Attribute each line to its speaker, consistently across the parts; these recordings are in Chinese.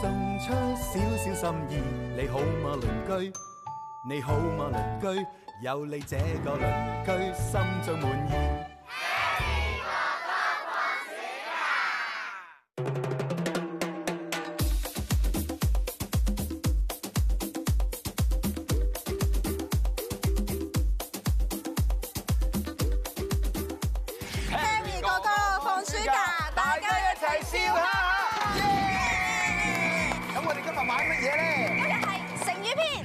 Speaker 1: 送出少少心意，你好嗎鄰居？你好嗎鄰居？有你這個鄰居，心中滿意。
Speaker 2: Happy 哥哥放暑假，Happy 哥哥放暑假，大家一齊笑下。
Speaker 3: 玩乜嘢
Speaker 2: 今
Speaker 3: 咧？
Speaker 2: 日係成語篇，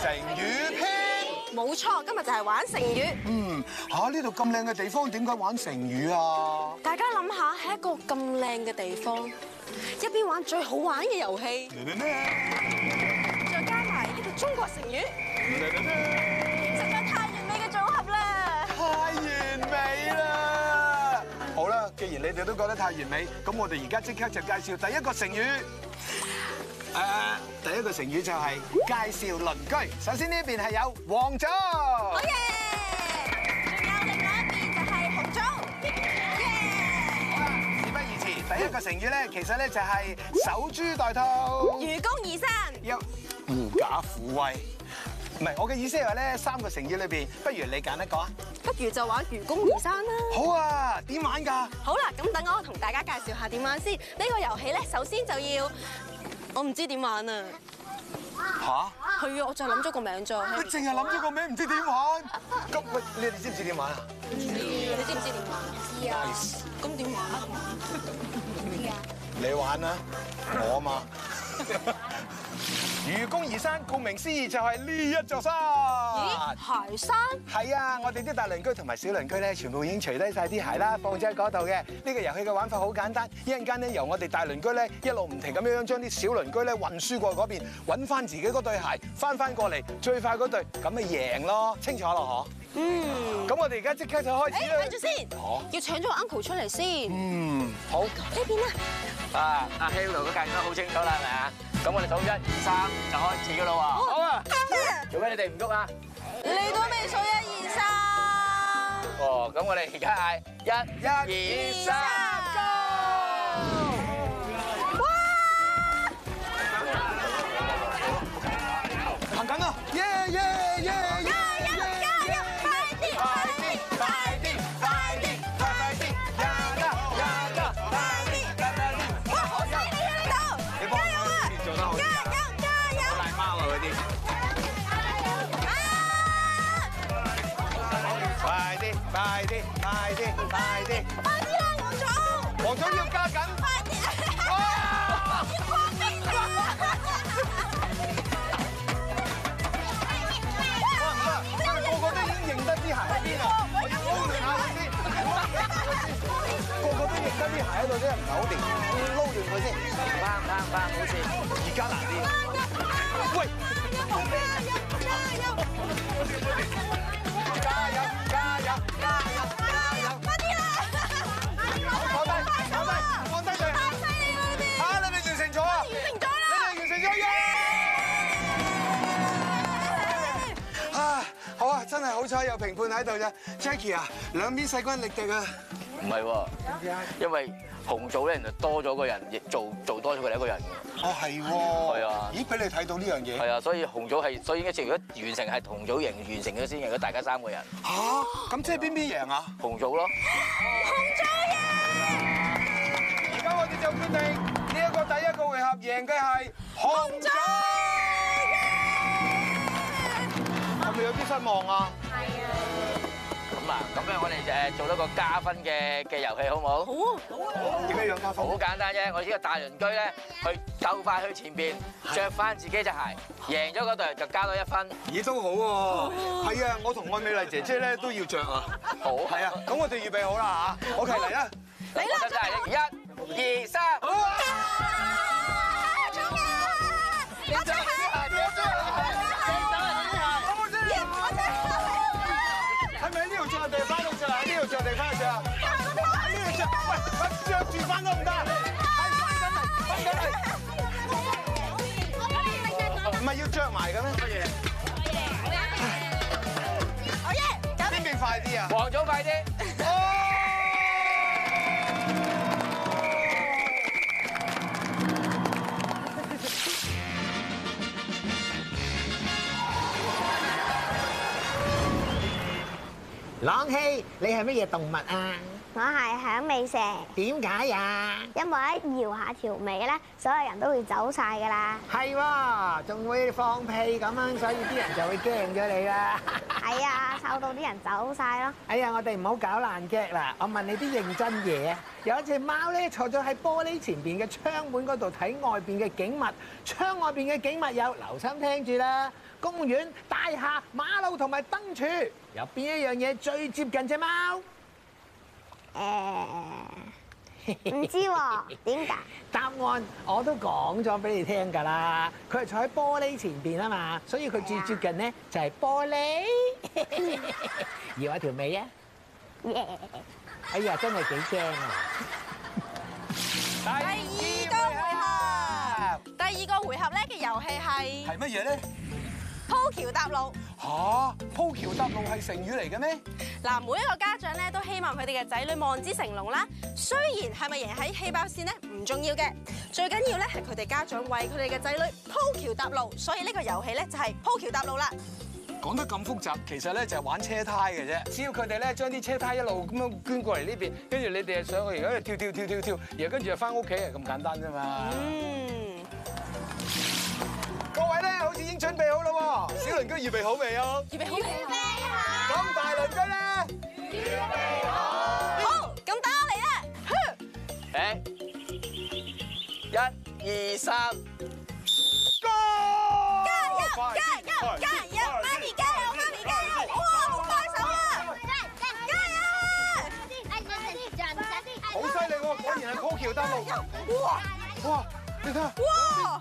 Speaker 3: 成語篇
Speaker 2: 冇錯，今日就係玩成語。
Speaker 3: 嗯，嚇呢度咁靚嘅地方，點解玩成語啊？
Speaker 2: 大家諗下，喺一個咁靚嘅地方，一邊玩最好玩嘅遊戲，再加埋呢個中國成語，實在太完美嘅組合啦！
Speaker 3: 太完美啦！好啦，既然你哋都覺得太完美，咁我哋而家即刻就介紹第一個成語。誒，第一個成語就係介紹鄰居。首先呢一邊係有黃組，
Speaker 2: 好嘢！仲有另外一邊就係紅棗，耶！
Speaker 3: 事不宜遲，第一個成語咧，其實咧就係守株待兔。
Speaker 2: 愚公移山，
Speaker 3: 有狐假虎威。唔係，我嘅意思係話咧，三個成語裏邊，不如你揀一個啊。
Speaker 2: 不如就玩愚公移山啦！
Speaker 3: 好啊，點玩㗎？
Speaker 2: 好啦，咁等我同大家介紹下點玩先。呢個遊戲咧，首先就要我唔知點玩啊！
Speaker 3: 吓？
Speaker 2: 係啊，我就諗咗個名咋。
Speaker 3: 佢淨係諗咗個名，唔知點玩。咁喂，你哋知唔知點玩啊？
Speaker 2: 你知唔知點玩？知啊。咁點玩？
Speaker 3: 你玩啦，我啊嘛。 愚公移山，顧名思義就係呢一座山。
Speaker 2: 咦，鞋山？
Speaker 3: 係啊，我哋啲大鄰居同埋小鄰居咧，全部已經除低晒啲鞋啦，放咗喺嗰度嘅。呢個遊戲嘅玩法好簡單，一陣間咧由我哋大鄰居咧一路唔停咁樣樣將啲小鄰居咧運輸過嗰邊，揾翻自己嗰對鞋，翻翻過嚟，最快嗰對，咁咪贏咯，清楚咯
Speaker 2: 嗯。
Speaker 3: 嗬？咁我哋而家即刻就開
Speaker 2: 誒，
Speaker 3: 始啦
Speaker 2: 哎睇。住先。要搶咗個 uncle 出嚟先。呢
Speaker 3: 嗯，好。
Speaker 2: 邊啦。
Speaker 4: 啊，阿 Hero 都介紹得好清楚啦，係咪啊？咁我哋數一、二、三就開始噶啦喎。好啊！做咩你哋唔喐啊？
Speaker 2: 你都未數一二三。
Speaker 4: 哦，咁我哋而家嗌一、二、三。
Speaker 3: 行緊啦！耶耶耶
Speaker 2: 加
Speaker 3: 耶！
Speaker 2: 油！加油！快啲！快啲！快啲！快啲！快啲！呀啦呀啦！快啲！哇，好犀利啊！呢度。加油啊！
Speaker 4: 做得好
Speaker 2: 加油！加油！
Speaker 4: 大貓啊嗰啲。
Speaker 2: 啊！
Speaker 3: 快啲，快啲，快啲，快啲！
Speaker 2: 快啲啦，黃總！
Speaker 3: 黃總要加緊。
Speaker 2: 快啲！要破冰啦！
Speaker 3: 個個都已經認得啲鞋喺邊啦，我要撈亂下佢先，個個都認得啲鞋喺度啫，唔係好掂，撈亂佢先。
Speaker 4: 砰砰砰，好似
Speaker 3: 而家難啲。喂，加油加油！放低放低放低佢！啊，你哋完成咗啊！你哋完成咗耶！啊，好啊，真係好彩有評判喺度啫，Jackie 啊，兩邊勢均力敵啊！
Speaker 4: 唔係喎，因為紅組咧，人就多咗個人，亦做做多咗佢哋一個人嘅。
Speaker 3: 哦，係
Speaker 4: 係啊
Speaker 3: 喎，咦，俾你睇到呢樣嘢
Speaker 4: 係啊，所以紅組係，所以一直如果完成係紅組贏，完成咗先贏，如果大家三個人，
Speaker 3: 嚇，咁即係邊邊贏啊？
Speaker 4: 紅組咯。
Speaker 3: 而家我哋就決定呢一個第一個回合贏嘅係紅組，係咪有啲失望啊？
Speaker 4: 咁啊，咁咧我哋就誒做一個加分嘅嘅遊戲，好冇？
Speaker 3: 點樣樣加分？
Speaker 4: 好簡單啫，我呢個大鄰居咧，去夠快去前邊，着翻自己隻鞋，贏咗嗰隊就加多一分。
Speaker 3: 咦，都好喎。係啊，我同愛美麗姐姐咧都要着啊。
Speaker 4: 好，
Speaker 3: 係啊，咁我哋預備好啦嚇。OK，嚟啦。
Speaker 4: 嚟啦，真係一、二、三。
Speaker 3: 好啊！係咪呢度着地翻碌着啊？呢度着地翻碌着啊？呢度着，喂喂，着住翻都唔得啊，係分緊嚟，分緊嚟，唔係要着埋嘅咩？邊邊快啲啊？
Speaker 4: 黃總快啲！
Speaker 5: 朗希，你係乜嘢動物啊？
Speaker 6: 我係響尾蛇，
Speaker 5: 點解啊？
Speaker 6: 因為一搖下條尾咧，所有人都會走晒㗎啦。
Speaker 5: 係喎，仲會放屁咁樣，所以啲人就會驚咗你啦。
Speaker 6: 係啊，臭到啲人走晒咯。
Speaker 5: 哎呀，我哋唔好搞爛 gag 啦！我問你啲認真嘢啊！有一隻貓咧坐咗喺玻璃前邊嘅窗門嗰度睇外邊嘅景物，窗外邊嘅景物有留心聽住啦。公園、大廈、馬路同埋燈柱，有邊一樣嘢最接近隻貓？
Speaker 6: 誒、唔知喎，點解？
Speaker 5: 答案我都講咗俾你聽㗎啦，佢係坐喺玻璃前邊啊嘛，所以佢最接近呢就係玻璃。 搖下條尾啊！
Speaker 6: 耶
Speaker 5: 哎呀，真係幾驚啊！
Speaker 3: 第
Speaker 2: 第二個回合，第二個回合咧嘅遊戲係
Speaker 3: 係乜嘢咧？
Speaker 2: 鋪橋搭路。
Speaker 3: 嚇，鋪橋搭路係成語嚟嘅咩？
Speaker 2: 嗱，每一個家長咧都希望佢哋嘅仔女望子成龍啦。雖然係咪贏喺起跑線呢，唔重要嘅，最緊要咧係佢哋家長為佢哋嘅仔女鋪橋搭路，所以呢個遊戲咧就係鋪橋搭路啦。
Speaker 3: 講得咁複雜，其實咧就係玩車胎嘅啫。只要佢哋咧將啲車胎一路咁樣捐過嚟呢邊，跟住你哋就上去，而家就跳跳跳跳跳，然後跟住就翻屋企，係咁簡單啫嘛。
Speaker 2: 嗯，
Speaker 3: 各位咧，好似已經準備好啦喎，小鄰居預備好未啊？
Speaker 2: 預備好未啊？
Speaker 3: 咁大鄰居咧，
Speaker 2: 好，咁打我嚟啊！
Speaker 4: 誒，一、二、三，
Speaker 3: go！
Speaker 2: 加油！加油！加油！媽咪加油！媽咪加油！哇，好快手啊！加油啊！
Speaker 3: 好犀利喎，果然係鋪橋搭路。
Speaker 2: 哇
Speaker 3: 哇，你睇下，
Speaker 2: 哇！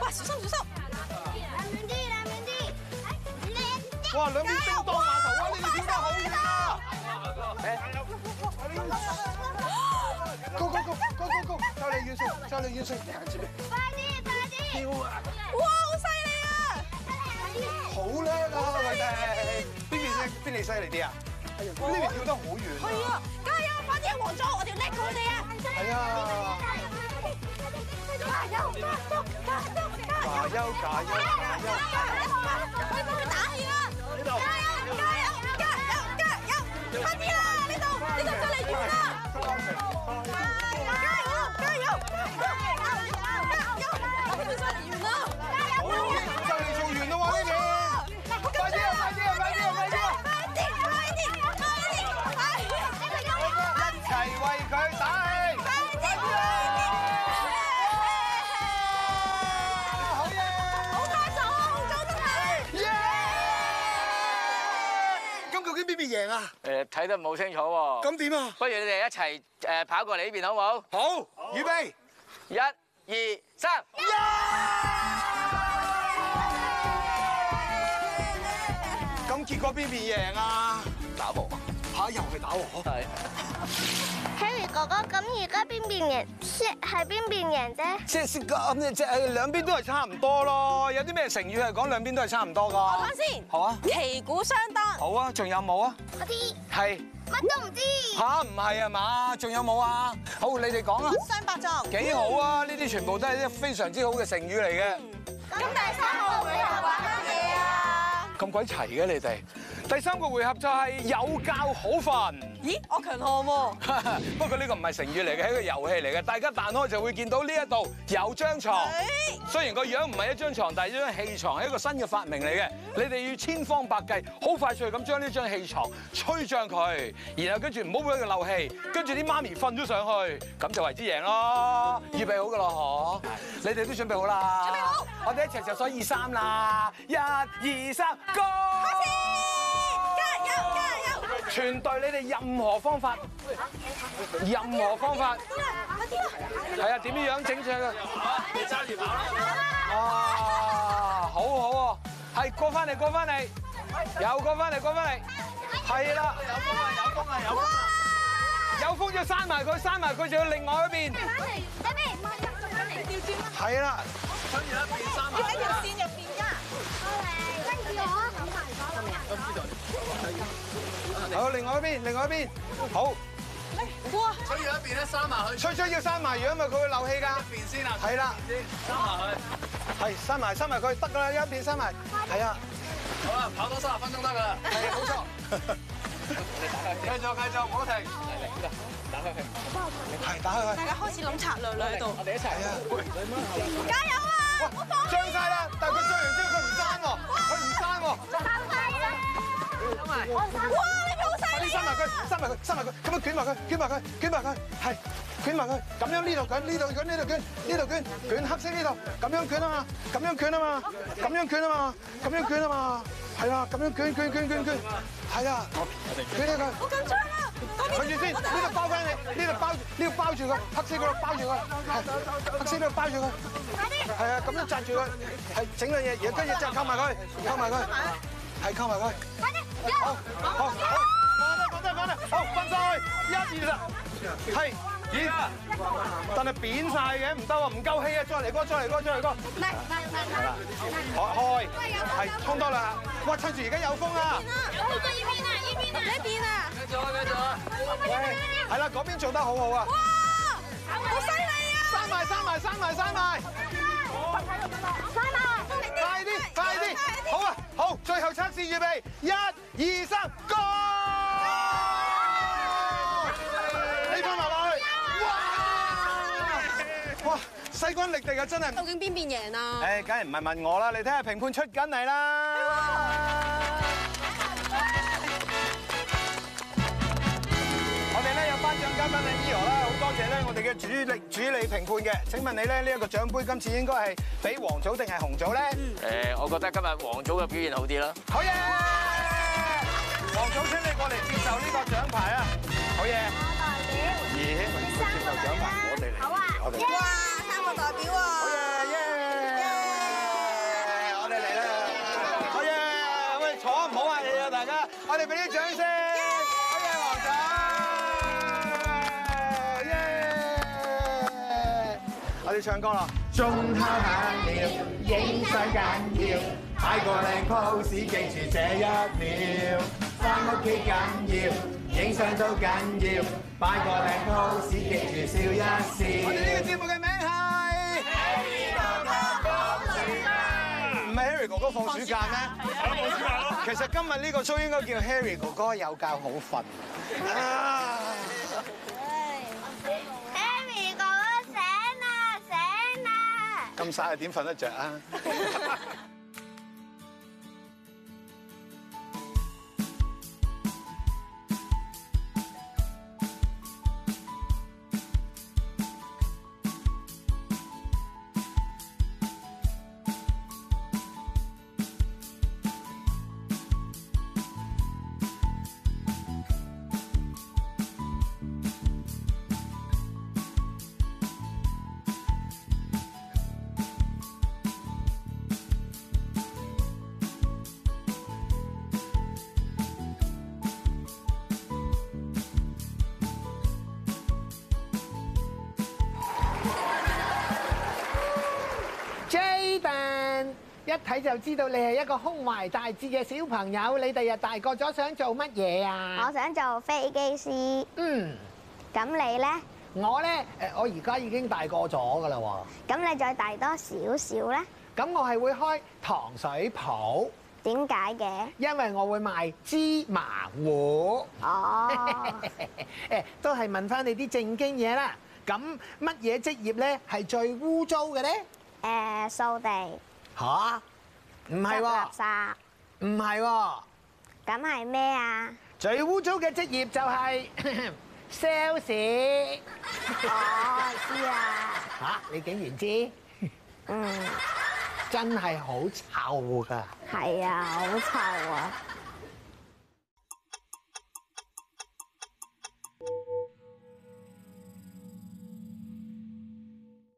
Speaker 2: 哇，小心小心！
Speaker 3: 哇兩邊叮當碼頭啊，你哋跳得好遠啊！Go go go go go go，就嚟完成，就嚟完成，你行前面跳啊！
Speaker 2: 哇，好犀利啊！
Speaker 3: 好叻啊，喂哋！邊邊叻？邊你犀利啲啊？呢邊跳得好遠
Speaker 2: 係
Speaker 3: 啊！
Speaker 2: 啊，加油！快啲啊，黃總，我哋要叻過佢哋啊！
Speaker 3: 係啊！
Speaker 2: 加油！加油！加油！
Speaker 3: 加油加油加油！
Speaker 2: 快幫佢打氣啊！加油！加油！加油！加油！快啲啊！呢度呢度就嚟完啦！加油！加油！加油！我哋就嚟完啦！
Speaker 3: 好，就嚟做完啦喎呢邊！快啲啊！快啲啊！快啲啊！快啲啊！一齊為佢打氣！好嘢！咁究竟邊邊贏啊？
Speaker 4: 誒睇得唔好清楚喎。
Speaker 3: 咁點啊？
Speaker 4: 不如你哋一齊誒跑過嚟呢邊好唔好？
Speaker 3: 好，預備。
Speaker 4: 一、二、三。
Speaker 3: 咁結果邊邊贏啊？打和嚇，又係打和。
Speaker 4: 係。
Speaker 6: Harry 哥哥，咁而家邊邊贏？係邊邊贏啫？
Speaker 3: 即係咁，即係兩邊都係差唔多咯。有啲咩成語係講兩邊都係差唔多㗎？好啊，
Speaker 2: 旗鼓相當，
Speaker 3: 好啊，仲有冇啊？
Speaker 6: 我啲
Speaker 3: 係
Speaker 6: 乜都唔知。
Speaker 3: 吓，唔係啊嘛？仲有冇啊？好，你哋講啊。
Speaker 2: 相伯仲。
Speaker 3: 幾好啊！呢啲全部都係一非常之好嘅成語嚟嘅。
Speaker 2: 咁第三個回合玩乜嘢啊？
Speaker 3: 咁鬼齊嘅你哋。第三個回合就係有教好訓。
Speaker 2: 咦，我強項喎！
Speaker 3: 不過呢個唔係成語嚟嘅，係一個遊戲嚟嘅。大家彈開就會見到呢一度有張床。雖然個樣唔係一張床，但係呢張氣床係一個新嘅發明嚟嘅。你哋要千方百計，好快脆咁將呢張氣床吹脹佢，然後跟住唔好俾佢漏氣，跟住啲媽咪瞓咗上去，咁就為之贏咯。預備好㗎咯，嗬！你哋都準備好啦。準備好。我哋一齊就數二三啦，一、二、三，Go！
Speaker 2: 加油加油！
Speaker 3: 全隊你哋任何方法，任何方法。
Speaker 2: 快啲啦！
Speaker 3: 係啊，點樣整上去？啊你揸住跑啦！啊，好好喎，係過翻嚟，過翻嚟，又過翻嚟，過翻嚟，係啦，有風就閂埋佢，閂埋佢就要另外一邊，係啦，好，另外一邊，另外一邊，好，
Speaker 2: 哇！
Speaker 3: 吹吹要閂埋，如果唔係佢會漏氣㗎，係啦，係閂埋閂埋佢得㗎啦，一邊閂埋，係啊，係冇錯，係打開佢，
Speaker 2: 大家開始諗策略啦喺度。
Speaker 3: 係啊。
Speaker 2: 加油啊！唔好放棄
Speaker 3: 張晒啦，但係佢張完之後佢唔閂喎，佢唔閂喎，
Speaker 2: 哇！你哋好
Speaker 3: 快
Speaker 2: 犀
Speaker 3: 啲
Speaker 2: 利
Speaker 3: 閂埋
Speaker 2: 啊！
Speaker 3: 佢，閂埋佢，閂埋佢，咁樣捲埋佢，捲埋佢，捲埋佢，係捲埋佢，咁樣呢度捲，呢度捲，呢度捲，呢度捲，捲黑色呢度，咁樣捲啊嘛，咁樣捲啊嘛，咁樣捲啊嘛，咁樣捲啊嘛，係啊，咁樣捲捲捲捲捲，係啊，捲咗佢。
Speaker 2: 好緊張啊！快啲
Speaker 3: 睇住先，呢度包翻你，呢度包，呢度包住佢，黑色嗰度包住佢，係黑色嗰度包住佢，係啊，咁樣擲住佢，係整兩嘢，然後跟住就扣埋佢，扣埋佢，係扣埋佢，好，好，好，講得講得講得，好，分晒去，一二三，係，咦，但係扁晒嘅，唔得喎，唔夠氣啊，再嚟過，再嚟過，再嚟過，開開，係衝多兩下，哇，趁住而家有風啊！係啦，嗰邊做得好好啊！閂埋閂埋閂埋閂埋，快啲快啲，好啊好，最後測試預備，一、二、三，Go！你放埋落去，哇！哇，勢均力敵啊，真係！
Speaker 2: 究竟邊邊贏啊？
Speaker 3: 誒，梗係唔係問我啦？你睇下評判出緊嚟啦！我哋咧有頒獎嘉賓咧，Eo 啦，好多謝咧我哋嘅主力主理評判嘅。請問你咧呢一個獎杯今次應該係俾黃組定係紅組咧？
Speaker 4: Ừ. 誒，我覺得今日黃組嘅表現好啲啦。
Speaker 3: 好嘢！黃組請你過嚟接受呢個獎牌啊！好嘢！咦，佢接受獎牌，我哋嚟，我哋嚟。好嘢！耶！我哋嚟啦！好嘢！喂，坐唔好客氣啊，大家，我哋俾啲掌聲。好嘢，黃仔！耶！我哋唱歌啦！
Speaker 1: 鐘敲響了，影相緊要，擺個靚 pose，記住這一秒。翻屋企緊要，影相都緊要，擺個靚 pose，記住笑一
Speaker 3: 我
Speaker 1: 笑。
Speaker 3: 哋呢個節目嘅名係 Harry 哥哥放暑假，唔係 Harry 哥哥放暑假咩？放暑假咯。其實今日呢個 show 應該叫 Harry 哥哥有覺好瞓啊！
Speaker 6: Harry 哥哥醒啦，醒啦！
Speaker 3: 咁曬點瞓得着啊？
Speaker 5: Jaden，一睇就知道你係一個胸懷大志嘅小朋友，你第日大個咗想做乜嘢啊
Speaker 6: 我？想做飛機師，
Speaker 5: 嗯，
Speaker 6: 咁你呢？
Speaker 5: 我呢，誒，我而家已經大個咗㗎啦喎，
Speaker 6: 咁你再大多少少呢？
Speaker 5: 咁我係會開糖水鋪，
Speaker 6: 點解嘅？
Speaker 5: 因為我會賣芝麻糊。
Speaker 6: 哦，
Speaker 5: 誒， 都係問翻你啲正經嘢啦。咁乜嘢職業呢係最污糟嘅呢？
Speaker 6: 誒掃地、
Speaker 5: 吓？唔係喎
Speaker 6: 執垃，圾，
Speaker 5: 唔係喎。
Speaker 6: 咁係咩啊？
Speaker 5: 最污糟嘅職業就係 sales
Speaker 6: 哦，知啦，
Speaker 5: 嚇，你竟然知，
Speaker 6: 嗯，
Speaker 5: 真係好臭㗎！
Speaker 6: 係啊，好臭啊！